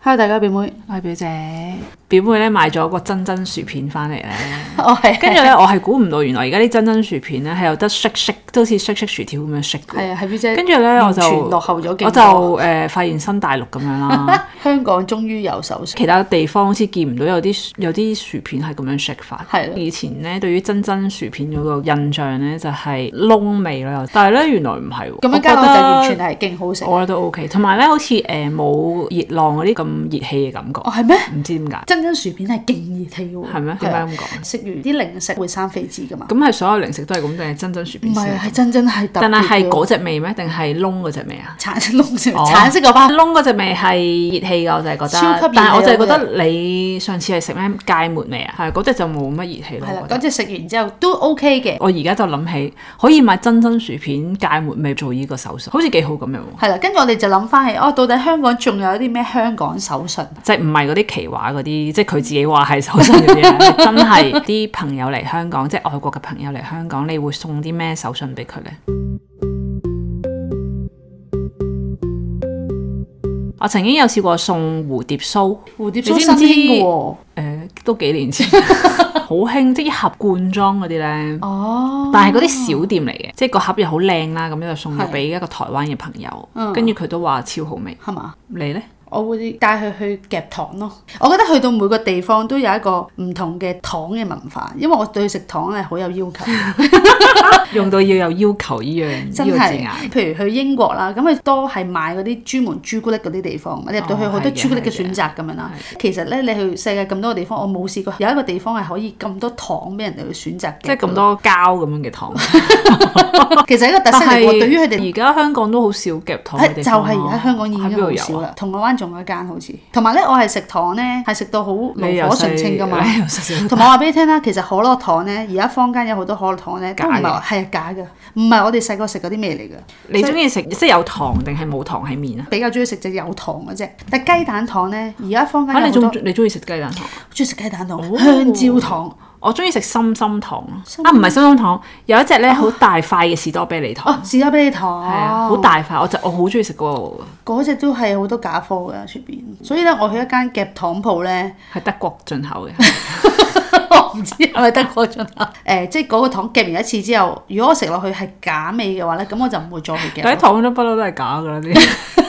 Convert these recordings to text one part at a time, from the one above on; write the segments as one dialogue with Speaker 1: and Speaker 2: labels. Speaker 1: Hello，大家表妹，
Speaker 2: 我係表姐，表妹咧買咗個真真薯片翻嚟 咧，
Speaker 1: 我係
Speaker 2: 跟住咧我係估唔到，原來而家啲真真薯片咧係有得 shake shake，都好似 shake shake 薯條咁樣 shake
Speaker 1: 係
Speaker 2: 嘅。
Speaker 1: 啊，係表姐。
Speaker 2: 跟住咧我就
Speaker 1: 完全落啊後咗幾
Speaker 2: 我就誒、呃、發現新大陸咁樣 啦，
Speaker 1: 香港終於有手信，
Speaker 2: 其他地方好似見唔到有啲有啲薯片係咁樣 shake 法。
Speaker 1: 係啊咯
Speaker 2: 以前咧對於真真薯片嗰個印象咧就係燶味啦，但係咧原來唔係喎。
Speaker 1: 咁樣
Speaker 2: 我
Speaker 1: 加落
Speaker 2: 覺
Speaker 1: 就
Speaker 2: 得
Speaker 1: 完全係勁好食。
Speaker 2: 我覺得都 OK，同埋咧好似誒冇熱浪嗰啲咁熱氣嘅感覺
Speaker 1: 哦，，係咩？
Speaker 2: 唔知點解。
Speaker 1: 真真薯片係勁熱氣嘅喎。
Speaker 2: 係咩？點
Speaker 1: 係
Speaker 2: 解
Speaker 1: 啊
Speaker 2: 咁講？
Speaker 1: 食完啲零食會生痱滋㗎嘛？
Speaker 2: 咁係所有零食都係咁定係真真薯
Speaker 1: 唔
Speaker 2: 片
Speaker 1: 係
Speaker 2: 先
Speaker 1: 啊，？係真真係特別
Speaker 2: 但係係
Speaker 1: 係
Speaker 2: 嗰只味咩？定係窿嗰只味啊？
Speaker 1: 橙色窿先，
Speaker 2: 哦
Speaker 1: 橙色嗰包。
Speaker 2: 窿嗰只味係熱氣嘅，我就係覺得。
Speaker 1: 超級熱氣
Speaker 2: 但係我就係覺
Speaker 1: 我
Speaker 2: 得你上次係食咩芥末味啊？係嗰只就冇乜熱氣咯。
Speaker 1: 係啦
Speaker 2: 我，覺
Speaker 1: 嗰
Speaker 2: 得
Speaker 1: 只食完之後都 OK 嘅。
Speaker 2: 我而家就諗起可以買真真薯片芥末味做呢個手術，好似幾好咁樣喎。
Speaker 1: 係啦，跟住我哋就諗翻起，哦，到底香港仲有啲咩香港手信？
Speaker 2: 即係唔係嗰啲奇話嗰啲，即係佢自己話係手信嗰啲 啊真係啲朋友嚟香港，即係外國嘅朋友嚟香港，你會送啲咩手信俾佢呢？我曾經有試過送蝴蝶酥，誒、
Speaker 1: 蝴蝶
Speaker 2: 你知
Speaker 1: 酥
Speaker 2: 唔
Speaker 1: 新
Speaker 2: 知
Speaker 1: 興嘅喎。
Speaker 2: 都幾 年前，好興，即係一盒罐裝嗰啲呢。
Speaker 1: 哦。
Speaker 2: 但係嗰啲小店嚟嘅，即係個盒又好靚啦，咁樣就送咗俾一個台灣嘅朋友，
Speaker 1: 嗯
Speaker 2: 跟住佢都話超好味。
Speaker 1: 係嘛？
Speaker 2: 你呢？
Speaker 1: 我會帶佢去夾糖咯。我覺得去到每個地方都有一個唔同嘅糖嘅文化，因為我對食糖係好有要 求，
Speaker 2: 用到要有要求呢樣呢個
Speaker 1: 真
Speaker 2: 字
Speaker 1: 係
Speaker 2: 眼。。
Speaker 1: 譬如去英國啦，咁佢多係買嗰啲專門朱古力嗰啲地方，你入到去
Speaker 2: 哦
Speaker 1: 好多
Speaker 2: 係嘅
Speaker 1: 朱古力嘅
Speaker 2: 係嘅
Speaker 1: 選擇咁樣啦。其實咧，你去世界咁多個地方，我冇試過有一個地方係可以咁多糖俾人哋去選擇嘅。
Speaker 2: 即係咁，多膠咁樣嘅糖，
Speaker 1: 其實係一個特
Speaker 2: 但
Speaker 1: 色嚟喎。
Speaker 2: 係哦
Speaker 1: 對於佢哋。
Speaker 2: 而家香港都好少夾糖
Speaker 1: 係
Speaker 2: 嘅
Speaker 1: 就
Speaker 2: 地方咯
Speaker 1: 係而家香港已
Speaker 2: 喺邊
Speaker 1: 經
Speaker 2: 度
Speaker 1: 好
Speaker 2: 有
Speaker 1: 少
Speaker 2: 啊
Speaker 1: 啦，銅鑼灣仲有一間好似，同埋咧我係食糖咧係食到好
Speaker 2: 你
Speaker 1: 爐
Speaker 2: 又
Speaker 1: 火純青㗎 嘛。
Speaker 2: 你又細
Speaker 1: 同埋我話俾你聽啦，其實可樂糖咧，而家坊間有好多可樂糖咧，都唔係話係啊假嘅，唔係我哋細個食嗰啲味嚟嘅，
Speaker 2: 你中意食即係有糖定係冇糖喺面啊？
Speaker 1: 比較中意食隻有糖嘅啫。但雞蛋糖咧，而家坊間
Speaker 2: 嚇
Speaker 1: 有
Speaker 2: 你
Speaker 1: 好多
Speaker 2: 仲
Speaker 1: 中
Speaker 2: 你中意食雞蛋糖？
Speaker 1: 意食雞蛋糖、
Speaker 2: 哦
Speaker 1: 香蕉糖。
Speaker 2: 我中意食心心糖咯
Speaker 1: 心
Speaker 2: 啊唔係心心糖，有一隻咧好大塊嘅士多啤梨糖，
Speaker 1: 哦，士多啤梨
Speaker 2: 係啊，
Speaker 1: 糖，
Speaker 2: 好大塊，我就我好中意食嗰個，
Speaker 1: 嗰只都係好多假貨嘅出邊，所以咧我去一間夾糖鋪咧，
Speaker 2: 係德國進口嘅，
Speaker 1: 我唔知係咪得嗰 種啊？誒，即係嗰個糖夾完一次之後，如果我食落去係假味嘅話咧，咁我就唔會再去夾
Speaker 2: 但
Speaker 1: 啦。
Speaker 2: 啲糖都不嬲都係假㗎啦啲，
Speaker 1: 但
Speaker 2: 啲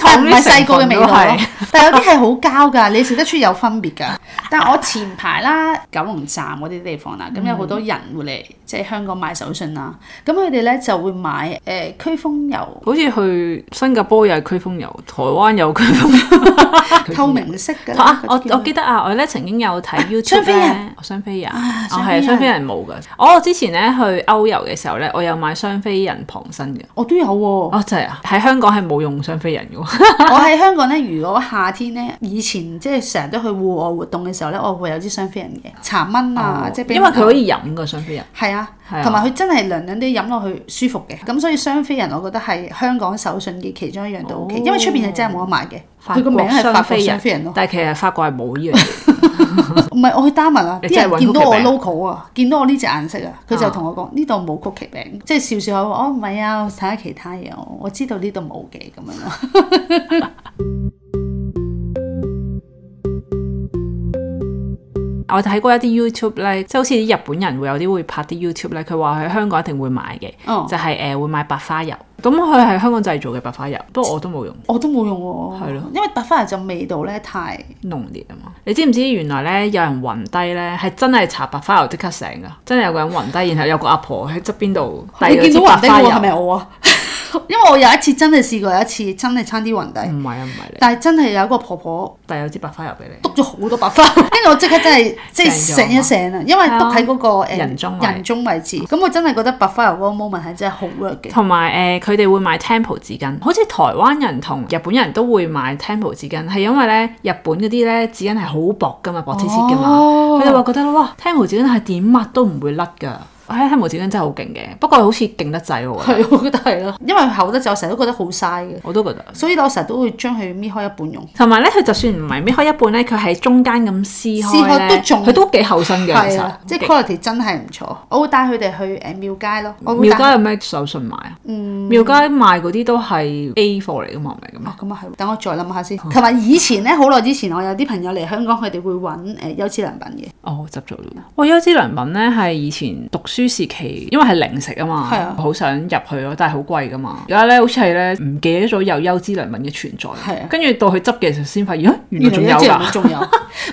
Speaker 2: 糖
Speaker 1: 唔
Speaker 2: 啲
Speaker 1: 係細個嘅
Speaker 2: 成分
Speaker 1: 味
Speaker 2: 都
Speaker 1: 道咯
Speaker 2: 係，
Speaker 1: 但有啲係好膠㗎，你食得出有分別㗎。 但我前排啦，九龍站嗰啲地方啦，咁有好多人會嚟即係香港買手信啦，咁佢哋咧就會買誒驅風油
Speaker 2: 好似去新加坡又係驅風油，台灣有驅風
Speaker 1: 透明色㗎啦
Speaker 2: 啊！，我
Speaker 1: 嗰啲叫
Speaker 2: 我記得啊，我咧曾經有 睇
Speaker 1: 雙
Speaker 2: YouTube
Speaker 1: 飛
Speaker 2: 咧，我雙飛人，
Speaker 1: 啊
Speaker 2: 我
Speaker 1: 雙飛
Speaker 2: 係
Speaker 1: 人
Speaker 2: 雙飛人冇噶。我之前咧去歐遊嘅時候咧，我有買雙飛人旁身嘅。
Speaker 1: 我都有 喎、
Speaker 2: 哦，真係啊！喺香港係冇用雙飛人嘅喎，
Speaker 1: 我喺香港咧，如果夏天咧，以前即係成日都去戶外活動嘅時候咧，我會有支雙飛人嘅茶蚊啊，即係俾
Speaker 2: 哦因為佢
Speaker 1: 人
Speaker 2: 可以飲個雙飛人。
Speaker 1: 係啊
Speaker 2: 係，啊
Speaker 1: 同埋佢真係涼涼啲飲落去舒服嘅，咁所以雙飛人我覺得係香港手信嘅其中一樣都 OK，、
Speaker 2: 哦
Speaker 1: 因為出邊係真係冇得賣嘅。
Speaker 2: 法
Speaker 1: 佢個名係
Speaker 2: 國
Speaker 1: 法
Speaker 2: 雙
Speaker 1: 國
Speaker 2: 飛
Speaker 1: 雙飛人
Speaker 2: 人
Speaker 1: 咯，，
Speaker 2: 但係其實法國係冇呢 樣嘢。
Speaker 1: 唔係我去 Darwin 啊，
Speaker 2: 你
Speaker 1: 啲
Speaker 2: 真係
Speaker 1: 人
Speaker 2: 揾
Speaker 1: 見到我
Speaker 2: 曲奇餅
Speaker 1: logo 啊，見到我呢隻顏色啊，佢就
Speaker 2: 啊
Speaker 1: 同我講呢度冇曲奇餅，即係笑笑口話哦唔係啊，我睇下其他嘢，我我知道呢度冇嘅咁樣咯。
Speaker 2: 我睇過一啲 YouTube 咧，即係好似啲日本人會有啲會拍啲 YouTube 咧，佢話喺香港一定會買嘅，
Speaker 1: 哦，
Speaker 2: 就係誒會買白花油。咁佢係香港製造嘅白花油，不過我都冇用。
Speaker 1: 我都冇用喎，
Speaker 2: 係咯
Speaker 1: 因為白花油就味道咧太
Speaker 2: 濃烈啊嘛！你知唔知原來咧有人暈低咧係真係搽白花油即刻醒噶，真係有個人暈低，然後有個阿婆喺側邊度遞
Speaker 1: 你見到
Speaker 2: 咗
Speaker 1: 暈
Speaker 2: 支
Speaker 1: 低
Speaker 2: 白花
Speaker 1: 喎，
Speaker 2: 油
Speaker 1: 係咪我 啊？因為我有一次真係試過有一次真係差啲暈低，
Speaker 2: 唔係啊，唔係你
Speaker 1: 但係真係有一個婆婆。
Speaker 2: 遞咗支白花油俾你。
Speaker 1: 篤咗好多白 花，跟住我即刻真係即係醒一醒啊啦，因為篤喺嗰個誒
Speaker 2: 人中位
Speaker 1: 人中位置，咁我真係覺得白花油嗰個 moment 係真係好 work 嘅。
Speaker 2: 同埋誒，佢、哋會買 Tempo 紙巾，好似台灣人同日本人都會買 Tempo 紙巾，係因為咧日本嗰啲咧紙巾係好薄噶嘛，薄黐黐噶嘛，
Speaker 1: 哦
Speaker 2: 佢哋話覺得哇 Tempo 紙巾係點抹都唔會甩噶，係係無紙巾真係好勁嘅，不過好似勁得滯 喎我覺得，
Speaker 1: 係，我覺得係咯，因為厚得滯，我成日都覺得好嘥嘅，
Speaker 2: 我都覺得。
Speaker 1: 所以我成日都會將佢搣開一半用。
Speaker 2: 同埋咧，佢就算唔係搣開一半咧，佢喺中間咁撕
Speaker 1: 撕
Speaker 2: 開
Speaker 1: 開
Speaker 2: 咧，
Speaker 1: 都仲
Speaker 2: 佢都幾厚身嘅，其
Speaker 1: 係
Speaker 2: 實
Speaker 1: 啊，即係 quality 真係唔錯。我會帶佢哋去誒哦廟街咯，我會
Speaker 2: 廟
Speaker 1: 帶
Speaker 2: 街有咩手信賣啊？
Speaker 1: 嗯
Speaker 2: 廟街賣嗰啲都係 A 貨嚟噶嘛，唔係咁
Speaker 1: 哦，咁啊係，等我再諗下先。同埋以前咧，好耐之前，我有啲朋友嚟香港，佢哋會揾誒、呃優質良品嘅。
Speaker 2: 哦，執咗啦！我優之良品咧係以前讀書時期，因為係零食啊嘛，
Speaker 1: 係啊
Speaker 2: 好想入去咯，但係好貴噶嘛。而家咧好似係咧唔記得咗有優之良品嘅存在，
Speaker 1: 係啊
Speaker 2: 跟住到去執嘅時候先發現，啊原來仲有
Speaker 1: 優質良
Speaker 2: 㗎
Speaker 1: 品。 仲有。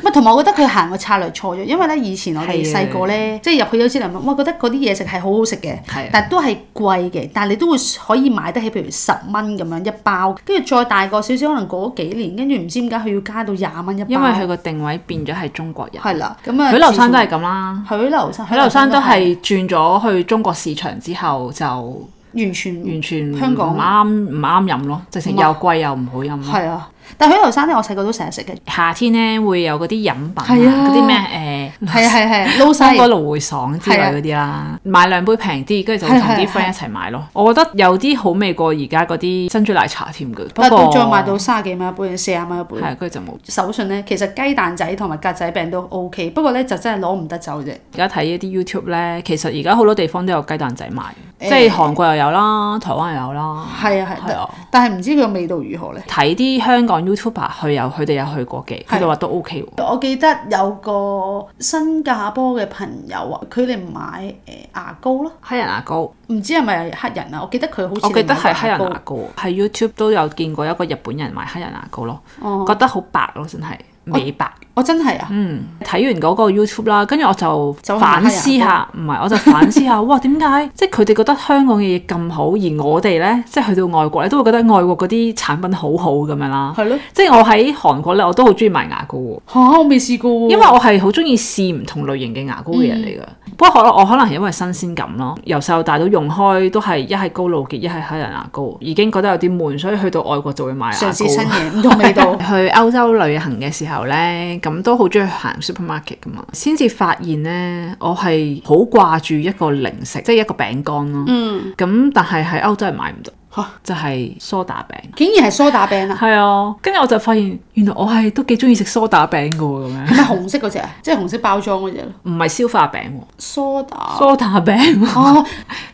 Speaker 1: 咪同埋我覺得佢行個策略錯咗，因為咧以前我哋
Speaker 2: 係啊
Speaker 1: 細個咧，即係入去優質良品，我覺得嗰啲嘢食係好好食嘅
Speaker 2: 係啊，
Speaker 1: 但都係貴嘅，但係你都會可以買得起，譬如十蚊咁樣一包，跟住再大個少少，可能過咗幾年，跟住唔知點解佢要加到廿蚊一包。
Speaker 2: 因為佢個定位變咗係中國人，
Speaker 1: 係啦，咁啊，
Speaker 2: 許留山都係咁啦。
Speaker 1: 許留山，
Speaker 2: 許留山都係轉咗去中國市場之後就
Speaker 1: 完全
Speaker 2: 完全
Speaker 1: 香港
Speaker 2: 唔啱唔啱飲咯，直情又貴又唔好飲咯。
Speaker 1: 係啊，但許留山咧，我細個都成日食 嘅，
Speaker 2: 夏天咧會有嗰啲飲品啊，
Speaker 1: 係啊
Speaker 2: 嗰啲咩誒
Speaker 1: 係啊係啊係啊，撈
Speaker 2: 生
Speaker 1: 曬
Speaker 2: 果。蘆薈爽之類嗰啲啦，買兩杯平啲，跟住就會同啲
Speaker 1: 係係
Speaker 2: friend 一齊買咯。我覺得有啲好味過而家嗰啲珍珠奶茶添嘅，不
Speaker 1: 但到
Speaker 2: 過
Speaker 1: 再賣到三十幾蚊一杯，四十蚊一杯。
Speaker 2: 係跟住就冇。
Speaker 1: 手信咧，其實雞蛋仔同埋格仔餅都 O K，不過咧就真係攞唔得走啫。
Speaker 2: 而家睇一啲 YouTube 咧，其實而家好多地方都有雞蛋仔賣，
Speaker 1: 誒
Speaker 2: 即係韓國又有啦，台灣又有啦。
Speaker 1: 係啊
Speaker 2: 係
Speaker 1: 係，
Speaker 2: 啊
Speaker 1: 但係唔知佢個味道如何咧。
Speaker 2: 睇啲香港 YouTuber 佢有佢哋有去過嘅，佢哋話都 OK 喎。
Speaker 1: 我記得有個新加坡嘅朋友啊，佢哋買誒、呃牙膏啦，
Speaker 2: 黑人牙膏，
Speaker 1: 唔知係咪黑人啊？我記得佢好似
Speaker 2: 我記得
Speaker 1: 係啊
Speaker 2: 係黑人牙膏，喺 YouTube 都有見過一個日本人賣黑人牙膏咯，
Speaker 1: 哦，
Speaker 2: 覺得好白咯，真係美白。
Speaker 1: 我真係啊，
Speaker 2: 嗯，睇完嗰個 YouTube 啦，跟住我就
Speaker 1: 走去
Speaker 2: 反思下，唔係我就反思 下，哇點解即係佢哋覺得香港嘅嘢咁好，而我哋呢，即係去到外國咧都會覺得外國嗰啲產品好好咁樣啦。
Speaker 1: 係咯
Speaker 2: 即係我喺韓國呢，我都好中意買牙膏喎，
Speaker 1: 嚇，我未試過喎，
Speaker 2: 因為我係好中意試唔同類型嘅牙膏嘅人嚟㗎。
Speaker 1: 嗯
Speaker 2: 不過我我可能係因為新鮮感咯，由細到大都用開都係一係高露潔，一係黑人牙膏，已經覺得有啲悶，所以去到外國就會買牙膏
Speaker 1: 嘗試
Speaker 2: 咯。。
Speaker 1: 新嘢，唔同味道
Speaker 2: 去歐洲旅行嘅時候呢，咁都好中意行 supermarket 噶嘛，先至發現呢，我係好掛住一個零食，即係一個餅乾 咯。
Speaker 1: 嗯，
Speaker 2: 咁但係喺歐洲係買唔到，
Speaker 1: 嚇
Speaker 2: 就係梳打餅。
Speaker 1: 竟然係梳打餅啊！
Speaker 2: 係啊，跟住我就發現原來我係都幾中意食梳打餅噶喎，咁樣
Speaker 1: 係咪紅色嗰只啊？即係紅色包裝嗰只咯，
Speaker 2: 唔係消化餅喎，
Speaker 1: 梳打。
Speaker 2: 梳 打餅喎，
Speaker 1: 哦，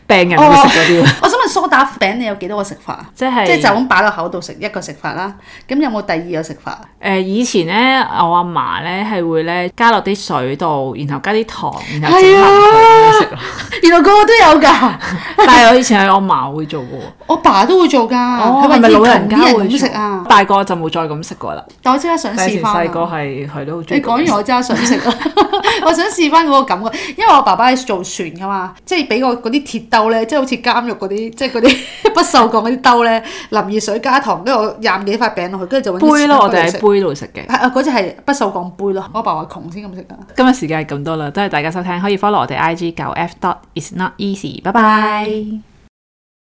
Speaker 2: 病人會食嗰啲喎，
Speaker 1: 我想問梳打餅你有幾多個食法啊？
Speaker 2: 哦即係
Speaker 1: 即係就咁擺落口度食一個食法啦。咁有冇第二個食 法啊？
Speaker 2: 誒、呃以前咧，我阿嫲咧係會咧加落啲水度，然後加啲糖，然後整
Speaker 1: 係
Speaker 2: 腍
Speaker 1: 啊
Speaker 2: 佢咁樣食咯。
Speaker 1: 原來個個都有㗎，
Speaker 2: 但係我以前係我嫲會做嘅喎。
Speaker 1: 我爸都會做㗎。
Speaker 2: 哦，
Speaker 1: 佢
Speaker 2: 係
Speaker 1: 話
Speaker 2: 咪
Speaker 1: 要
Speaker 2: 老人家
Speaker 1: 同啲
Speaker 2: 會
Speaker 1: 人咁食
Speaker 2: 做
Speaker 1: 啊？
Speaker 2: 大個就冇再咁食過啦。
Speaker 1: 但我即刻想
Speaker 2: 但係以
Speaker 1: 試
Speaker 2: 前細
Speaker 1: 翻
Speaker 2: 個。係係都好中意。
Speaker 1: 你講完我即刻想食 啦， 我想試翻嗰個感覺，因為我爸爸係做船㗎嘛，即係俾個嗰啲鐵兜咧，即係好似監獄嗰啲，即係嗰啲 不鏽鋼嗰啲兜咧，淋熱水加糖，跟住我廿幾塊餅落去，跟住就揾啲
Speaker 2: 杯咯，
Speaker 1: 匙
Speaker 2: 我哋
Speaker 1: 嚟
Speaker 2: 喺
Speaker 1: 食
Speaker 2: 杯度食嘅。
Speaker 1: 係啊，嗰只係不鏽鋼杯咯。我爸話窮先咁食噶。啊
Speaker 2: 今日時間係咁多啦，多謝大家收聽，可以 follow 我哋 IG 九 F dot is not easy，拜拜。